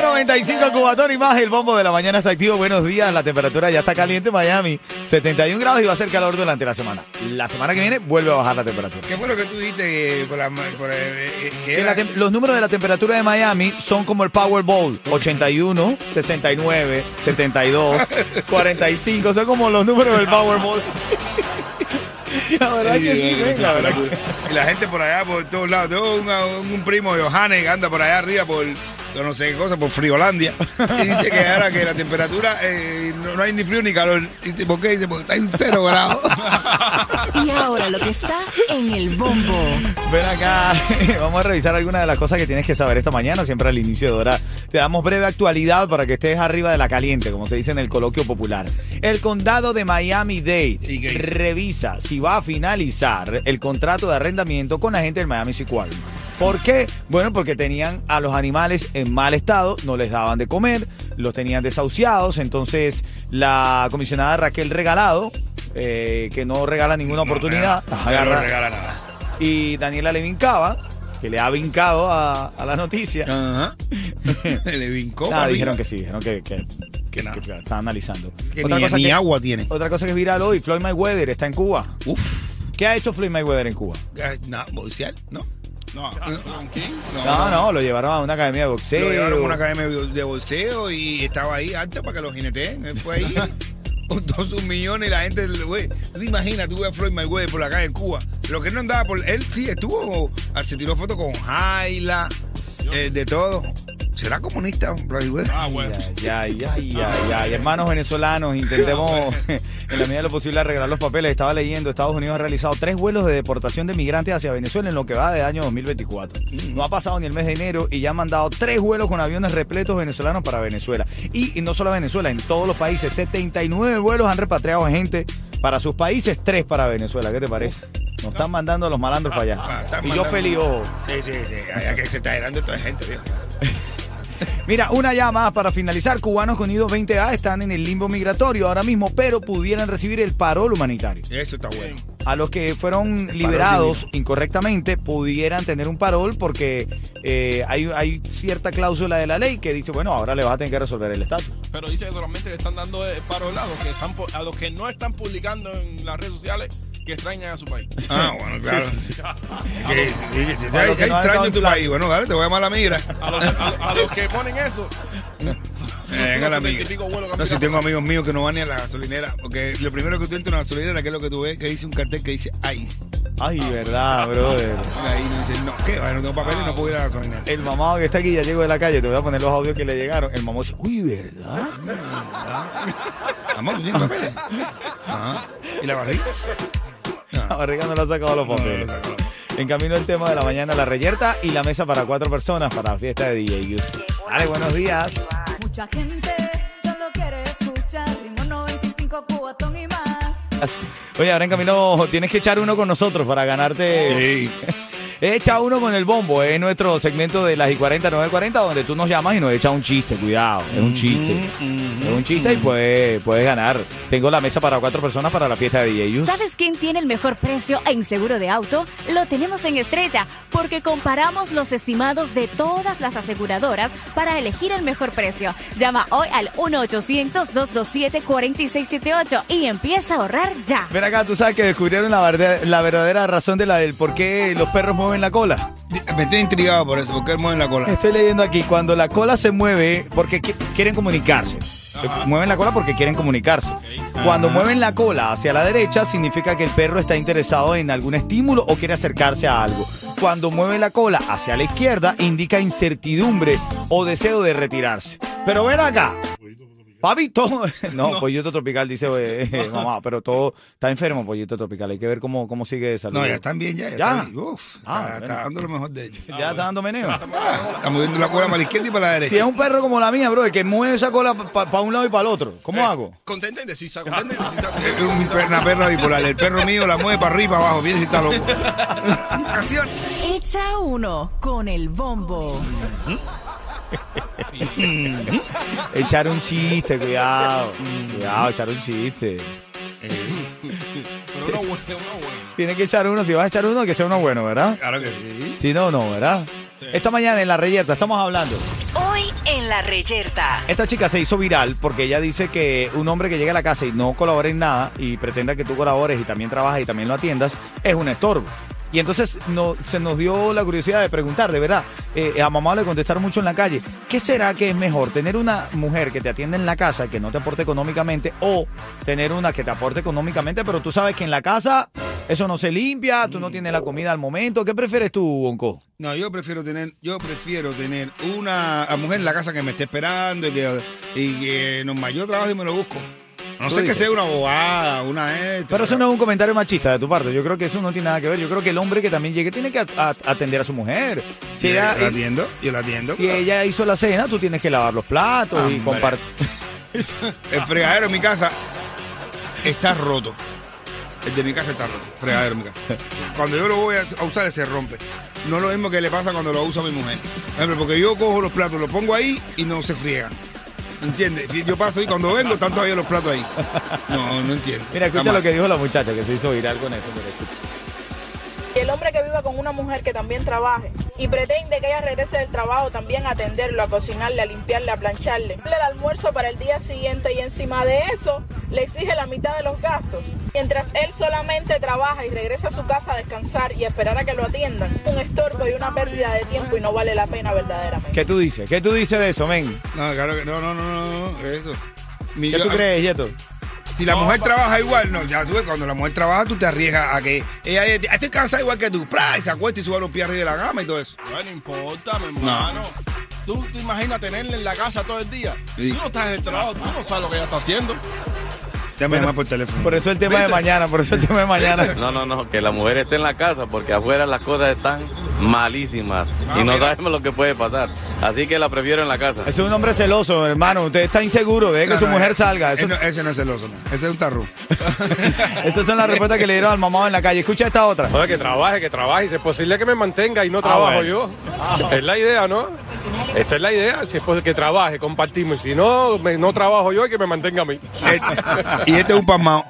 95, Cubatón y más. El Bombo de la Mañana está activo. Buenos días. La temperatura ya está caliente en Miami. 71 grados y va a ser calor durante la semana. La semana que viene vuelve a bajar la temperatura. ¿Qué fue lo que tú dijiste que por la- por, eh, eh, que Que era- la tem- los números de la temperatura de Miami son como el Powerball. 81, 69, 72, 45. Son como los números del Powerball. La verdad que sí, ven, la verdad que... Y la gente por allá, por todos lados. Tengo un, un primo de Johannes que anda por allá arriba por yo no sé qué cosa, por Friolandia. Y dice que ahora que la temperatura eh, no, no hay ni frío ni calor. Y dice, ¿por qué? Dice, porque está en cero grados. Y ahora lo que está en el bombo. Ven acá, vamos a revisar algunas de las cosas que tienes que saber esta mañana, siempre al inicio de hora. Te damos breve actualidad para que estés arriba de la caliente, como se dice en el coloquio popular. El condado de Miami-Dade Sí, ¿qué dice? revisa si va a finalizar el contrato de arrendamiento con la gente del Miami Seaquarium. ¿Por qué? Bueno, porque tenían a los animales en mal estado, no les daban de comer, los tenían desahuciados, entonces la comisionada Raquel Regalado, eh, que no regala ninguna oportunidad, No, agarra- no regala nada. y Daniela le vincaba, que le ha vincado a, a la noticia. Ajá. Le vincó. Nada, papi. dijeron que sí, dijeron que, que, que- nada. que están analizando. Que ni, ni agua tiene. otra cosa que es viral hoy, Floyd Mayweather está en Cuba. Uf. ¿Qué ha hecho Floyd Mayweather en Cuba? Ah, No, boxear, ¿no? No, ¿con quién? Ah, No, no, lo llevaron a una academia de boxeo. Lo llevaron a una academia de de boxeo y estaba ahí alto para que lo jineteen. Él Fue ahí con todos sus millones y la gente, güey. ¿Tú te imaginas? Tú ves a Floyd Mayweather por la calle en Cuba. Lo que él no andaba por. Él sí estuvo. ah, Se tiró fotos con Jaila, eh, de todo. ¿Será comunista, Floyd Mayweather? Ah, bueno. Ya, ya, ya, ya, ya. Hermanos venezolanos, intentemos en la medida de lo posible arreglar los papeles. Estaba leyendo, Estados Unidos ha realizado tres vuelos de deportación de migrantes hacia Venezuela en lo que va de año 2024. No ha pasado ni el mes de enero y ya han mandado tres vuelos con aviones repletos venezolanos para Venezuela. Y, y no solo a Venezuela, en todos los países, 79 vuelos han repatriado gente para sus países, tres para Venezuela. ¿Qué te parece? Nos están mandando a los malandros para Ah, allá. están Y yo mandando- feliz, ojo. Sí, sí, sí. Allá que se está llenando toda gente, viejo. Mira, una ya más para finalizar. Cubanos con ido 20A están en el limbo migratorio ahora mismo, pero pudieran recibir el parol humanitario. Eso está bueno. A los que fueron parol liberados divino. incorrectamente pudieran tener un parol porque eh, hay, hay cierta cláusula de la ley que dice, bueno, ahora le vas a tener que resolver el estatus. Pero dice que solamente le están dando el paro a los que, están, pu- a los que no están publicando en las redes sociales que extrañan a su país. Ah, bueno, claro. Que- que- que- Para los que Hay no han extraño estado en en tu plan. país. Bueno, dale, te voy a llamar a la migra. A los, a, los- a los que ponen eso. son Eh, venga la unos amiga. 75 vuelos que No, han si tirado. tengo amigos míos que no van ni a la gasolinera, porque lo primero que tú entras a la gasolinera, que es lo que tú ves, que dice un cartel que dice ICE. Ay, verdad, brother. Ahí no dice, no, ¿qué? va? No tengo papel y no puedo ir a la gasolinera. El mamado que está aquí ya llegó de la calle, te voy a poner los audios que le llegaron. El mamado dice, uy, ¿verdad? Amor, ¿tú Ah. tienes papel? Ajá. ¿Y la barriga? La barriga no le ha sacado los papeles. En camino el tema de la mañana, la reyerta y la mesa para cuatro personas para la fiesta de DJ Dale, buenos días. Mucha gente solo quiere escuchar Ritmo 95, Cubatón y más. Oye, ahora en camino tienes que echar uno con nosotros para ganarte. Sí. Echa uno con el bombo, es nuestro segmento de las y 40, 940, donde tú nos llamas y nos echa un chiste, cuidado, es un chiste. Es un chiste y puedes, puedes ganar. Tengo la mesa para cuatro personas para la fiesta de DJ Yus. ¿Sabes quién tiene el mejor precio en seguro de auto? Lo tenemos en Estrella, porque comparamos los estimados de todas las aseguradoras para elegir el mejor precio. Llama hoy al 1-800-227-4678 y empieza a ahorrar ya. Ven acá, tú sabes que descubrieron la, verde- la verdadera razón de la del por qué los perros mueven mueven la cola? Me estoy intrigado por eso, porque mueven la cola. Estoy leyendo aquí, cuando la cola se mueve, porque qui- quieren comunicarse. Mueven la cola porque quieren comunicarse. Ah. Cuando mueven la cola hacia la derecha, significa que el perro está interesado en algún estímulo o quiere acercarse a algo. Cuando mueve la cola hacia la izquierda, indica incertidumbre o deseo de retirarse. Pero ven acá. Pabito, no, Pollito Tropical dice eh, eh, mamá, pero todo está enfermo Pollito Tropical, hay que ver cómo, cómo sigue de salud. No, ya están bien, ya. ya Ya. están bien. Uf, Ah, está, bueno. está dando lo mejor de ellos. Ya está dando meneo. Está moviendo la cola para la izquierda y para la Si es derecha. un perro como la mía, bro, que mueve esa cola para un lado y para el otro, ¿cómo Eh, hago? Contenta y decisa, contenta y indecisa, Es contenta y un indecisa. perna perra bipolar. El perro mío la mueve para arriba, para abajo. Bien, si está loco. Acción. Echa uno con el bombo. Echar un chiste, cuidado. Cuidado, echar un chiste. Pero uno bueno, uno bueno. Tienes Eh. que echar uno, si vas a echar uno, que sea uno bueno, ¿verdad? Claro que sí. Si no, no, ¿verdad? Esta mañana en la reyerta estamos hablando. Hoy en la reyerta. Esta chica se hizo viral porque ella dice que un hombre que llega a la casa y no colabora en nada y pretenda que tú colabores y también trabajas y también lo atiendas es un estorbo. Y entonces no- se nos dio la curiosidad de preguntar, de verdad, eh, a mamá le contestaron mucho en la calle, ¿qué será que es mejor? ¿Tener una mujer que te atienda en la casa, que no te aporte económicamente, o tener una que te aporte económicamente, pero tú sabes que en la casa eso no se limpia, tú no tienes la comida al momento? ¿Qué prefieres tú, Bonco? No, yo prefiero tener, yo prefiero tener una a mujer en la casa que me esté esperando y que, y que nomás yo trabajo y me lo busco. No Tú sé que dices. sea una bobada, una esto. Pero eso no es un comentario machista de tu parte. Yo creo que eso no tiene nada que ver. Yo creo que el hombre que también llegue tiene que at- at- atender a su mujer. Si, yo ella, la atiendo, yo la atiendo. si ella hizo la cena, tú tienes que lavar los platos y Hombre. compartir. El fregadero en mi casa está roto. El de mi casa está roto. Fregadero en mi casa. Cuando yo lo voy a a usar, se rompe. No es lo mismo que le pasa cuando lo usa mi mujer. Por ejemplo, Porque yo cojo los platos, los pongo ahí y no se friegan. ¿Entiendes? Y Yo paso y cuando vengo están todavía los platos ahí. No, no entiendo. Mira, escucha Jamás. lo que dijo la muchacha que se hizo viral con esto. mira, escucha. Y el hombre que viva con una mujer que también trabaje y pretende que ella regrese del trabajo también a atenderlo, a cocinarle, a limpiarle, a plancharle, el almuerzo para el día siguiente y encima de eso le exige la mitad de los gastos. Mientras él solamente trabaja y regresa a su casa a descansar y esperar a que lo atiendan, un estorbo y una pérdida de tiempo y no vale la pena verdaderamente. ¿Qué tú dices? ¿Qué tú dices de eso, men? No, claro que no, no, no, no, no, eso. Mi- ¿Qué yo- tú crees, Yeto? Si la mujer trabaja igual, no, ya tú ves, cuando la mujer trabaja, tú te arriesgas a que ella ella- estoy cansada igual que tú, ¡pra! y se acuesta y suba los pies arriba de la gama y todo eso. Bueno, no importa, mi hermano. Tú te imaginas tenerla en la casa todo el día. Sí. Tú no estás en el trabajo, tú no sabes lo que ella está haciendo. Déjame llamar por teléfono. Por eso el tema de mañana, por eso el tema de mañana. No, no, no, que la mujer esté en la casa porque afuera las cosas están malísimas Ah, y no mira. sabemos lo que puede pasar. Así que la prefiero en la casa. Es un hombre celoso, hermano. Usted está inseguro de que No, su no, mujer ese- salga. Eso Ese, es- no, ese no es celoso, no. Ese es un tarro. Estas son las respuestas que le dieron al mamado en la calle. Escucha esta otra. Oye, que trabaje, que trabaje. Si es posible que me mantenga y no Ah, trabajo bueno. yo. Esa es la idea, ¿no? Esa es la idea. Si es posible que trabaje, compartimos. Si no, me- no trabajo yo y que me mantenga a mí. Eh, y este es un pasmao.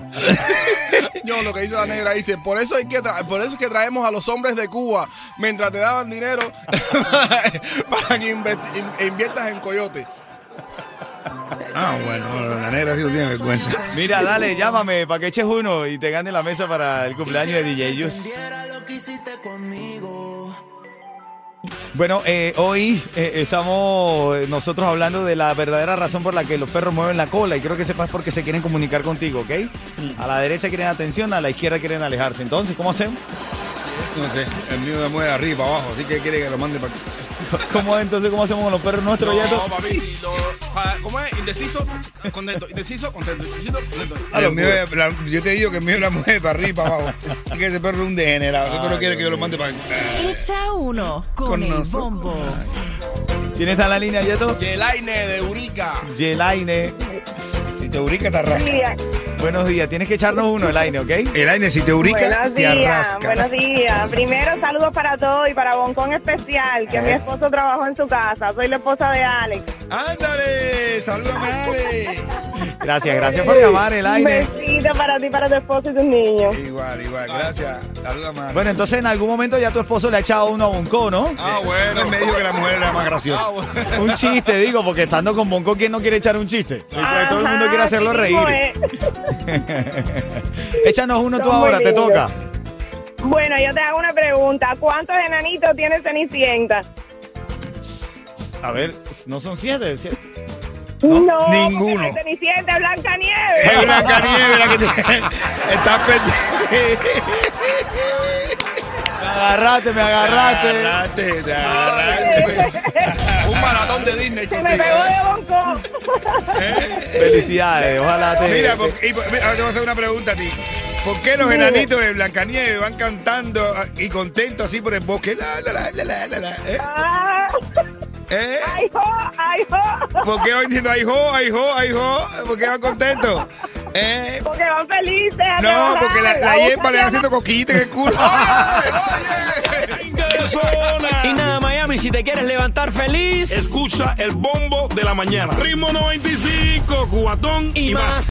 Yo lo que dice la negra dice, por eso hay que tra- por eso es que traemos a los hombres de Cuba mientras te daban dinero para que invest- in- inviertas en coyote. Ah, bueno, la negra sí no tiene vergüenza. Mira, dale, llámame para que eches uno y te gane la mesa para el cumpleaños de DJ Yus. Bueno, eh, hoy eh, estamos eh, nosotros hablando de la verdadera razón por la que los perros mueven la cola y creo que sepas porque se quieren comunicar contigo, ¿ok? A la derecha quieren atención, a la izquierda quieren alejarse. Entonces, ¿cómo hacemos? No sé, el mío se mueve arriba, abajo, así que quiere que lo mande para aquí. ¿Cómo entonces cómo hacemos con los perros nuestros? Yeto? No, papi, si lo- pa- ¿cómo es? Indeciso, contento, indeciso, contento, indeciso, contento. Ah, El mío es- la- yo te digo que el mío la mueve para arriba, para abajo. Así que ese perro es un degenerado. Ah, Ese perro quiere que yo lo mande para aquí. Echa uno con, Con el nosotros. bombo. ¿Quién está en la línea, Yeto? Yelaine de Urica. Yelaine. Si te ubica, te arrasca. Buenos días. Tienes que echarnos uno, Elaine, ¿ok? El aire, si te ubica, Buenos te días, arrasca. buenos días. Primero, saludos para todos y para Boncón especial, que mi esposo trabajó en su casa. Soy la esposa de Alex. ¡Ándale! ¡Salúdame, Ale! Gracias, gracias por llamar, Un Elaine. besito para ti, para tu esposo y tus niños. Igual, igual, gracias. Salúdame, Ale. Bueno, entonces en algún momento ya tu esposo le ha echado uno a Bonco, ¿no? Ah, Bueno, él bueno. me dijo que la mujer era más graciosa. Ah, bueno. Un chiste, digo, porque estando con Bonco, ¿quién no quiere echar un chiste? Porque todo el mundo quiere Ajá, hacerlo así reír. mismo es. Échanos uno tú Son muy ahora, te lindos. toca. Bueno, yo te hago una pregunta. ¿Cuántos enanitos tiene Cenicienta? A ver, no son siete, siete. No, ninguno. porque Cenicienta es Blancanieves. Es Blancanieves la que te... Estás Me agarraste, me agarraste. Te agarraste, te agarraste. Un maratón de Disney Se me contigo, pegó ¿eh? de bonco. Felicidades, ojalá te. Mira, por- y por- mira, ahora te voy a hacer una pregunta a ti. ¿Por qué los enanitos de Blancanieves van cantando ah, y contentos así por el bosque? La, la, la, la, la, la, la, ¿eh? Ah, ¿Eh? ¡Ay, jo! ¡Ay, jo! ¿Por qué van diciendo, ay, jo, ay, jo, ay, jo? ¿Por qué van contentos? ¿Eh? Porque van felices. a No, trabajar. porque la, la yepa le va haciendo coquillita en el culo. Y nada, Miami, si te quieres levantar feliz, escucha el bombo de la mañana. Ritmo 95, cuatón y, más.